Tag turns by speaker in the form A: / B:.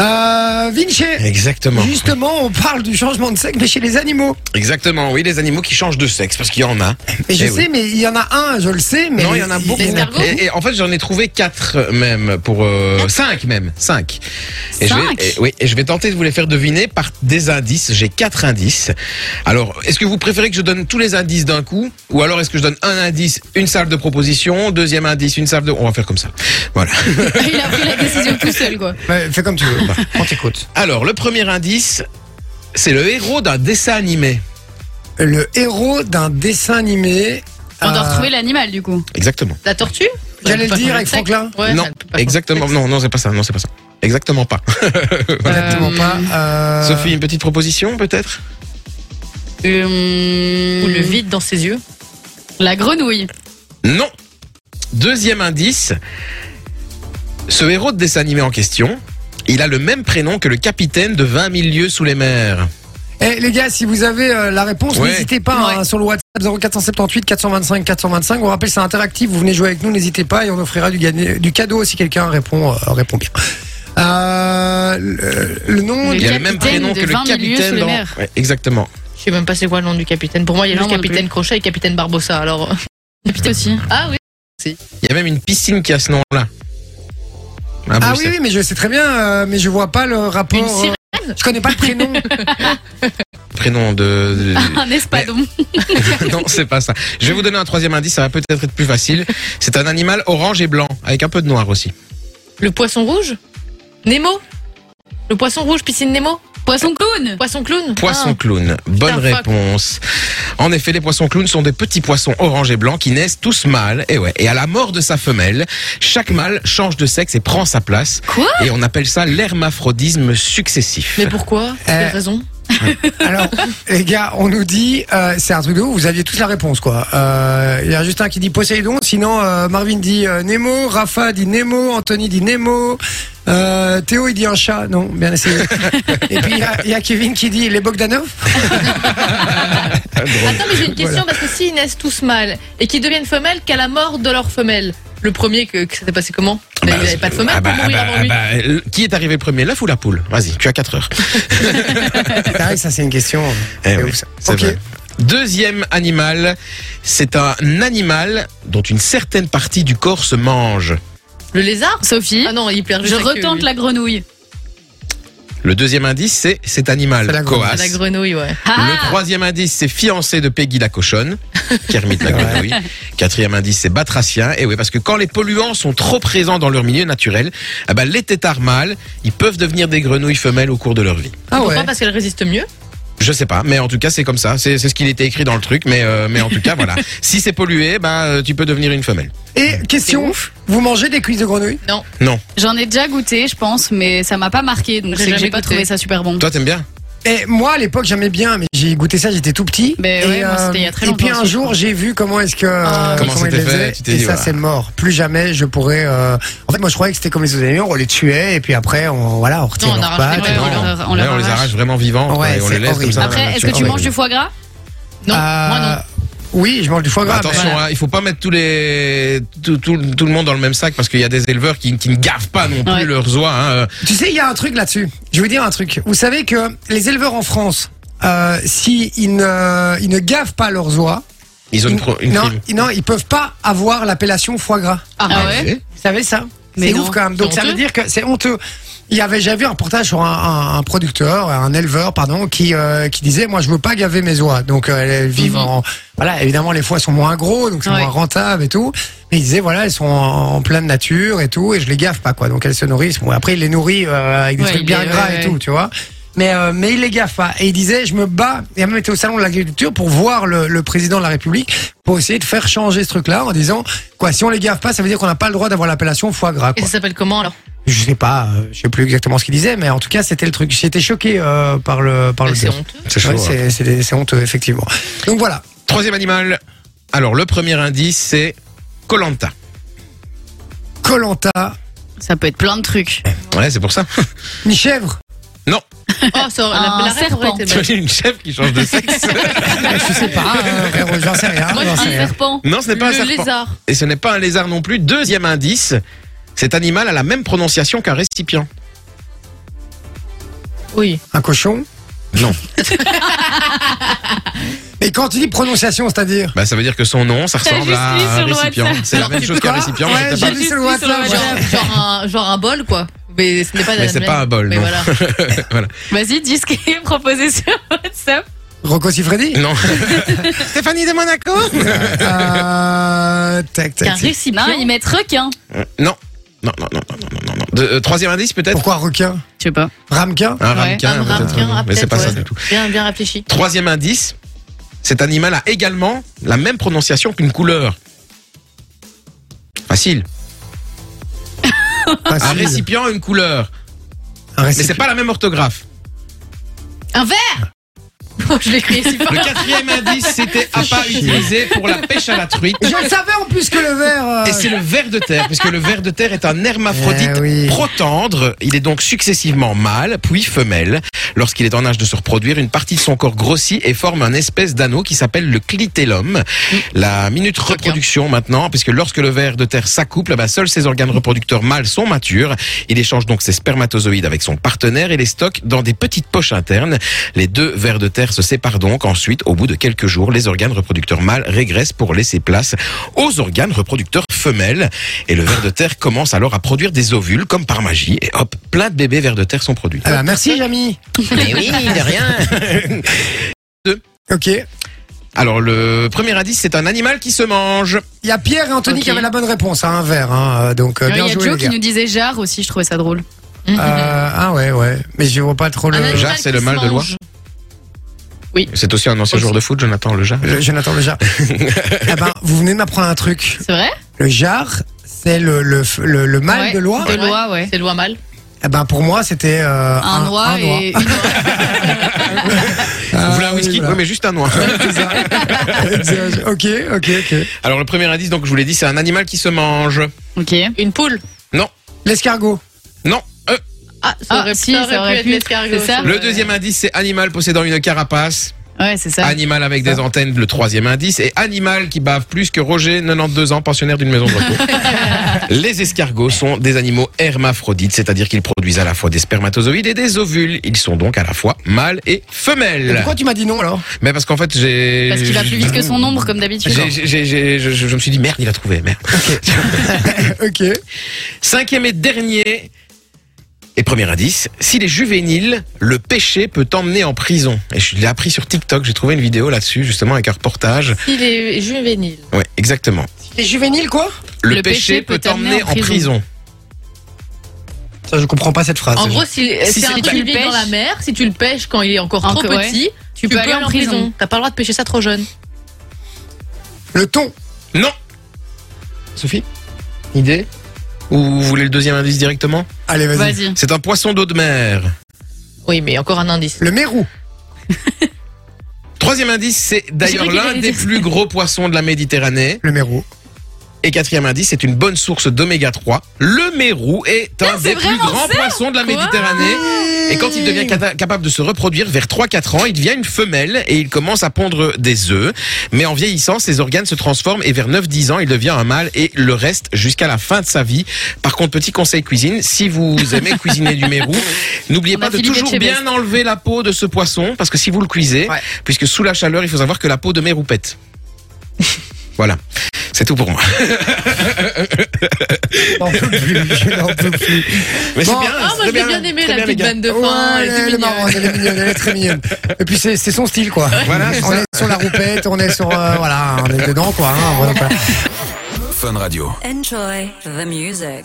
A: Euh, Vinci.
B: Exactement.
A: Justement, on parle du changement de sexe, mais chez les animaux.
B: Exactement, oui, les animaux qui changent de sexe, parce qu'il y en a.
A: Et je
B: Eh
A: sais,
B: oui.
A: mais il y en a un, je le sais, mais.
B: Non, il y en a beaucoup.
C: L'escargot
B: Et, et en fait, j'en ai trouvé quatre même pour euh,
A: Ah.
B: cinq même cinq. Et je vais,
C: Cinq
B: et- oui, et je vais tenter de vous les faire deviner par des indices. J'ai quatre indices. Alors, est-ce que vous préférez que je donne tous les indices d'un coup, ou alors est-ce que je donne un indice, une salle de proposition, deuxième indice, une salle de. On va faire comme ça. Voilà.
C: Il a pris la décision tout seul, quoi.
A: Ouais, fais comme tu veux. On t'écoute.
B: Alors, le premier indice, c'est le héros d'un dessin animé.
A: Le héros d'un dessin animé.
C: On doit
A: euh,
C: retrouver l'animal, du coup.
B: Exactement.
C: La tortue
A: J'allais le
C: Pas
A: dire
C: changer
A: avec
C: de sexe.
A: Franklin.
C: Ouais,
B: non,
C: ça peut pas changer de
B: exactement.
C: sexe.
B: Non, non, c'est pas ça. Non, c'est pas ça. Exactement pas.
A: Exactement
C: Euh,
A: pas. euh,
B: Sophie, une petite proposition peut-être
C: Hum,
D: Ou Euh, le vide dans ses yeux.
C: La grenouille.
B: Non. Deuxième indice. Ce héros de dessin animé en question, il a le même prénom que le capitaine de 20 000 lieues sous les mers.
A: Eh les gars, si vous avez euh, la réponse,
B: Ouais.
A: n'hésitez pas hein, sur le WhatsApp 0478 425 425. On rappelle, c'est interactif. Vous venez jouer avec nous, n'hésitez pas et on offrira du, gagné- du cadeau si quelqu'un répond, euh, répond bien. Euh, le, le nom.
C: Le
B: il a le
C: capitaine
B: même prénom
C: de
B: que le
C: 20 000 lieues sous
B: capitaine
C: les
B: dans.
C: mers.
B: Ouais, exactement.
D: Je sais même pas c'est quoi le nom du capitaine. Pour moi, il y a
C: Non,
D: juste
C: moi non
D: capitaine
C: plus.
D: Crochet et capitaine Barbossa. Alors, euh.
C: Capitaine aussi.
D: ah oui.
B: Il y a même une piscine qui a ce nom-là. À
A: Ah oui,
B: Bruxelles.
A: oui, mais je sais très bien, euh, mais je vois pas le rapport.
D: Une sirène
A: euh, je connais pas le prénom.
B: Prénom de.
C: Un espadon.
B: non, c'est pas ça. Je vais vous donner un troisième indice, ça va peut-être être plus facile. C'est un animal orange et blanc, avec un peu de noir aussi.
D: Le poisson rouge Nemo Le poisson rouge, piscine Nemo Euh,
C: Poisson clown.
D: Poisson clown
B: Ah. Poisson clown. Bonne
D: Ah. fuck.
B: réponse. En effet, les poissons clowns sont des petits poissons orange et blanc qui naissent tous mâles. Et ouais. Et à la mort de sa femelle, chaque mâle change de sexe et prend sa place.
C: Quoi
B: Et on appelle ça l'hermaphrodisme successif.
D: Ah. Mais pourquoi Pour quelle
A: Euh,
D: raison
A: Alors, les gars, on nous dit, euh, c'est un truc de ouf, vous aviez tous la réponse, quoi. Euh, Il y a juste un qui dit Poséidon, sinon euh, Marvin dit euh, Nemo, Rafa dit Nemo, Anthony dit Nemo, euh, Théo il dit un chat, non, bien essayé. Et puis il y a- il y, a Kevin qui dit les Bogdanov.
D: Attends, mais j'ai une question parce que s'ils naissent tous mâles et qu'ils deviennent femelles qu'à la mort de leur femelle, le premier, que, que ça s'est passé comment Il n'avait pas de femelle
B: Ah bah,
D: pour
B: ah
D: mourir
B: bah,
D: avant lui.
B: ah bah, euh, qui est arrivé premier, l'œuf ou la poule Vas-y, tu as 4 heures.
A: C'est vrai que Ah ça c'est une question.
B: Eh
A: C'est
B: oui,
A: ouf, ça.
B: c'est
A: Ok.
B: vrai. Deuxième animal, c'est un animal dont une certaine partie du corps se mange. bah.
D: Le lézard
C: Sophie.
D: Ah non, il perd
C: Je
D: juste la queue,
C: retente
D: lui.
C: la grenouille.
B: Le deuxième indice, c'est cet animal,
A: C'est la grenouille.
B: coas.
D: Ah, La grenouille, ouais.
C: Ah
B: Le troisième indice, c'est fiancé de Peggy la cochonne, Kermit la
A: Ouais.
B: grenouille. Quatrième indice, c'est batracien. Et oui, parce que quand les polluants sont trop présents dans leur milieu naturel, eh ben, les têtards mâles, ils peuvent devenir des grenouilles femelles au cours de leur vie.
A: Ah
D: Pourquoi
A: ouais.
D: Parce qu'elle résiste mieux.
B: Je sais pas, mais en tout cas, c'est comme ça. C'est c'est ce qu'il était écrit dans le truc, mais, euh, mais en tout cas, voilà. Si c'est pollué, ben, euh, tu peux devenir une femelle.
A: Et question, vous mangez des cuisses de grenouille
B: Non.
C: J'en ai déjà goûté, je pense, mais ça m'a pas marqué, donc
D: J'ai
C: c'est que j'ai
D: jamais
C: pas
D: goûté.
C: trouvé ça super bon.
B: Toi, t'aimes bien
A: Et moi, à l'époque, j'aimais bien, mais j'ai goûté ça, j'étais tout petit.
C: Ben
A: et, euh,
C: ouais, moi, c'était il y a très
A: et puis
C: longtemps Ah.
A: un
C: aussi,
A: jour, j'ai vu comment est-ce que euh,
B: Comment
A: ils
B: c'était
A: les
B: fait,
A: faisaient,
B: tu t'es
A: et
B: dit,
A: ça,
B: voilà.
A: c'est mort. Plus jamais, je pourrais. euh, En fait, moi, je croyais que c'était comme les autres animaux, on les tuait et puis après, on voilà, on retirait
D: Non, on
A: leurs
D: arrachait les
A: pattes.
D: Ouais,
B: Non.
C: Euh, on leur- on
B: Ouais,
C: leur
B: les
C: arrache.
B: arrache vraiment vivants quoi,
A: Ouais,
B: et on
A: c'est
B: les laisse comme
A: horrible.
B: ça. dans la
C: Après, est-ce
B: nature.
C: que tu
A: horrible.
C: manges du foie gras
D: Non,
B: Ah.
A: Euh,
D: moi non.
A: Oui, je mange du foie gras. mais-
B: Attention, hein, il faut pas mettre tous les tout, tout, tout le monde dans le même sac parce qu'il y a des éleveurs qui, qui ne gavent pas non plus
C: Ouais.
B: leurs oies. hein, euh,
A: Tu sais, il y a un truc là-dessus. Je vais vous dire un truc. Vous savez que les éleveurs en France, euh, si ils ne, ils ne gavent pas leurs oies,
B: Ils ont une,
A: ils,
B: pro- une
A: non,
B: prime.
A: non, ils peuvent pas avoir l'appellation foie gras.
C: Ah ouais
A: Vous savez ça
C: Mais
A: C'est
C: non.
A: ouf quand même. Donc
D: C'est
A: ça veut
D: honteux.
A: dire que c'est honteux. Il y avait, j'avais vu un reportage sur un, un- un producteur, un éleveur, pardon, qui euh, qui disait, moi je veux pas gaver mes oies. Donc euh, elles vivent
C: Mhm.
A: en, voilà, évidemment les foies sont moins gros, donc c'est
C: Ouais.
A: moins rentable et tout. Mais il disait voilà, elles sont en, en pleine nature et tout, et je les gaffe pas quoi. Donc elles se nourrissent. Bon après il les nourrit euh, avec des
D: Ouais,
A: trucs
D: il
A: bien
D: les-
A: gras
D: ouais,
A: et
D: ouais.
A: tout, tu vois. Mais, euh, mais il les gaffe pas. Et il disait, je me bats. Il a même été au salon de l'agriculture pour voir le, le président de la République pour essayer de faire changer ce truc-là en disant, quoi, si on les gaffe pas, ça veut dire qu'on n'a pas le droit d'avoir l'appellation foie gras.
D: Et
A: Quoi.
D: ça s'appelle comment alors
A: Je sais pas, euh, je sais plus exactement ce qu'il disait, mais en tout cas, c'était le truc. J'étais choqué euh, par le
B: Oh,
A: par le.
D: C'est
A: gars.
D: honteux.
B: C'est chaud,
A: Ouais,
B: hein.
A: c'est- c'est c'est honteux effectivement. Donc voilà.
B: Troisième animal. Alors le premier indice c'est Colanta.
A: Colanta,
C: Ça peut être plein de trucs.
B: Ouais, c'est pour ça.
A: une chèvre.
B: Non,
D: Oh, ça,
C: Un
D: la, la rêve aurait
C: serpent.
D: été belle.
B: j'ai une chef qui change de sexe.
A: je sais pas, euh, frérot, j'en sais rien.
C: Moi,
A: j'en
C: je
A: sais
C: dis
A: rien. Ah,
C: serpent.
B: non, ce n'est pas un
D: le
B: serpent.
D: lézard.
B: Et ce n'est pas un lézard non plus. Deuxième indice, cet animal a la même prononciation qu'un récipient.
D: Oui.
A: Un cochon
B: Non.
A: Et quand tu dis prononciation, c'est-à-dire
B: Bah, ça veut dire que son nom, ça
C: T'as
B: ressemble
C: juste
B: à
C: lu
B: un
C: sur le
B: récipient.
C: WhatsApp.
B: C'est la
A: Alors,
B: même
A: tu
B: chose
A: peux
B: qu'un
A: pas
B: récipient,
A: Ouais,
B: mais
A: j'ai
B: t'as pas-
A: vu sur le
C: J'ai juste lu
A: WhatsApp,
C: sur le
A: ouais.
C: WhatsApp.
D: Genre un, genre un bol, quoi. Mais ce n'est pas de
B: Mais
D: la
B: c'est
D: même-
B: pas un bol,
D: mais
B: non.
D: voilà.
B: Voilà.
C: Vas-y, dis ce qui est proposé sur WhatsApp.
A: Rocco Siffredi
B: Non. Stéphanie de Monaco
A: Euh, Tac,
D: Qu'un
A: tac, tac.
D: récipient.
C: Non, ils mettent requin.
B: Non. Non, non, non, non, non, non, non. De- euh, troisième indice, peut-être
A: Pourquoi requin
C: Je sais pas.
A: Ramequin
B: Un
C: Ouais,
B: ramequin,
D: un
B: peut-être.
D: ramequin, ah,
B: Mais c'est pas
D: peut-être,
B: ça
D: ouais.
B: du tout.
D: Bien, bien réfléchi.
B: Troisième indice, cet animal a également la même prononciation qu'une couleur. Facile. Un
A: Facile.
B: récipient a une couleur.
A: Ah, Un
B: Mais c'est
A: récipient.
B: pas la même orthographe.
D: Un verre Oh, je l'écris si fort.
B: Le quatrième indice, c'était à pas
A: chier.
B: utiliser pour la pêche à la truite.
A: Je le savais en plus que le verre. euh,
B: Et c'est le ver de terre, puisque le ver de terre est un hermaphrodite
A: Eh oui.
B: protendre. Il est donc successivement mâle, puis femelle. Lorsqu'il est en âge de se reproduire, une partie de son corps grossit et forme un espèce d'anneau qui s'appelle le clitellum.
A: Mm.
B: La minute reproduction maintenant, puisque lorsque le ver de terre s'accouple, bah, seuls ses organes reproducteurs mâles sont matures. Il échange donc ses spermatozoïdes avec son partenaire et les stocke dans des petites poches internes. Les deux vers de terre se séparent donc. Ensuite, au bout de quelques jours, les organes reproducteurs mâles régressent pour laisser place aux organes reproducteurs femelles. Et le ver de terre commence alors à produire des ovules comme par magie. Et hop, plein de bébés vers de terre sont produits.
A: Ah bah, merci, Jamy.
B: Mais oui, de rien.
A: Ok.
B: Alors le premier indice, c'est un animal qui se mange.
A: Il y a Pierre et Anthony
C: Ok.
A: qui avaient la bonne réponse à un verre. hein, euh, Donc, euh,
C: Il y
A: bien
C: a
A: joué,
C: Joe
A: les
C: qui
A: gars.
C: nous disait jarre aussi, je trouvais ça drôle.
A: Euh, ah ouais, ouais. Mais je vois pas
C: Ah,
A: trop le.
D: Un animal
B: Jarre, c'est
D: qui
B: le
D: se
B: mal de
D: mange.
B: loi. C'est aussi un ancien
D: Aussi.
B: joueur de foot, Jonathan le chat.
A: le- Jonathan le jarre. eh ben, vous venez de m'apprendre un truc.
C: C'est vrai
A: Le jarre, c'est le, le, f- le, le mâle
C: Ouais,
A: de loi.
C: De loi, ouais.
D: C'est loi mal.
A: Eh ben, pour moi, c'était euh,
C: Un noix et une oie.
A: Ah,
B: Vous voulez un
A: oui,
B: whisky
A: voilà.
B: Oui, mais juste un noir.
A: C'est ça. Exact. Ah, ok, ok, ok.
B: Alors le premier indice, donc je vous l'ai dit, c'est un animal qui se mange.
C: Ok.
D: Une poule.
A: L'escargot.
B: Non. euh,
D: Ah,
C: Ah,
D: ça aurait,
C: si,
D: ça
C: ça aurait
D: aurait
C: pu.
D: pu être l'escargot.
C: C'est ça.
B: le deuxième indice, c'est animal possédant une carapace.
C: Ouais, c'est ça.
B: Animal avec des antennes, le troisième indice. Et animal qui bave plus que Roger, 92 ans, pensionnaire d'une maison de repos. Les escargots sont des animaux hermaphrodites, c'est-à-dire qu'ils produisent à la fois des spermatozoïdes et des ovules. Ils sont donc à la fois mâles et
A: Et
B: femelles.
A: pourquoi tu m'as dit non alors
B: Mais parce qu'en fait, j'ai...
C: Parce qu'il va plus vite que son ombre, comme d'habitude.
B: J'ai- j'ai- j'ai- j'ai- je, je- je me suis dit merde, il a trouvé, merde.
A: Ok.
B: Cinquième et dernier, et premier indice, s'il est juvénile, le péché peut t'emmener en prison. Et je l'ai appris sur TikTok, j'ai trouvé une vidéo là-dessus, justement, avec un reportage.
D: Il est juvénile.
B: Ouais, exactement.
A: Les juvéniles, quoi
B: Le,
C: Le
B: péché, peut t'emmener en prison.
A: Ça, je comprends pas cette phrase.
D: En gros,
B: Si
D: si, c'est
B: Ah, c'est
D: un
B: pas-
D: truc
C: tu le
D: qui vit dans
C: pêches-
D: la mer, si tu le pêches quand il est encore
C: Encore,
D: trop
C: ouais.
D: petit,
C: Tu peux aller en prison.
D: T'as pas le droit de pêcher ça trop jeune.
A: le ton.
B: Non
A: Sophie
B: Idée Ou vous voulez le deuxième indice directement
A: Allez, vas-y.
C: Vas-y.
B: C'est un poisson d'eau de mer.
D: Oui, mais encore un indice.
A: Le mérou.
B: Troisième indice, c'est
C: J'ai
B: d'ailleurs
C: cru qu'il
B: l'un
C: allait
B: des
C: dire
B: plus gros poissons de la Méditerranée.
A: Le mérou.
B: Et quatrième indice, c'est une bonne source d'oméga 3. Le mérou est un
C: Non, Ah, c'est
B: des plus
C: vraiment
B: grands poissons de la
C: Quoi
B: Méditerranée. Et quand il devient cata- capable de se reproduire vers 3-4 ans, il devient une femelle et il commence à pondre des œufs. Mais en vieillissant, ses organes se transforment et vers 9-10 ans, il devient un mâle et le reste jusqu'à la fin de sa vie. Par contre, petit conseil cuisine, si vous aimez cuisiner du mérou, n'oubliez
C: On
B: pas
C: a
B: de
C: Philippe
B: toujours
C: Etchebest.
B: bien enlever la peau de ce poisson parce que si vous le cuisez,
A: Ouais.
B: puisque sous la chaleur, il faut savoir que la peau de mérou pète. voilà. C'est tout pour moi.
A: Je n'en peux plus, je n'en peux plus.
B: Mais
A: Bon.
B: c'est bien.
D: Ah,
B: c'est
D: moi
B: très
D: j'ai bien aimé
B: très
D: la
B: les
D: petite
B: gars.
D: vanne de fin.
A: Ouais,
D: elle était
A: elle est
D: mignonne.
A: marrante, elle est mignonne, elle est très mignonne. Et puis c'est c'est son style quoi.
B: Voilà, c'est
A: on
B: ça.
A: est sur la roupette, on est sur euh, voilà, on est dedans quoi. hein, voilà, quoi.
E: Fun Radio.
F: Enjoy the music.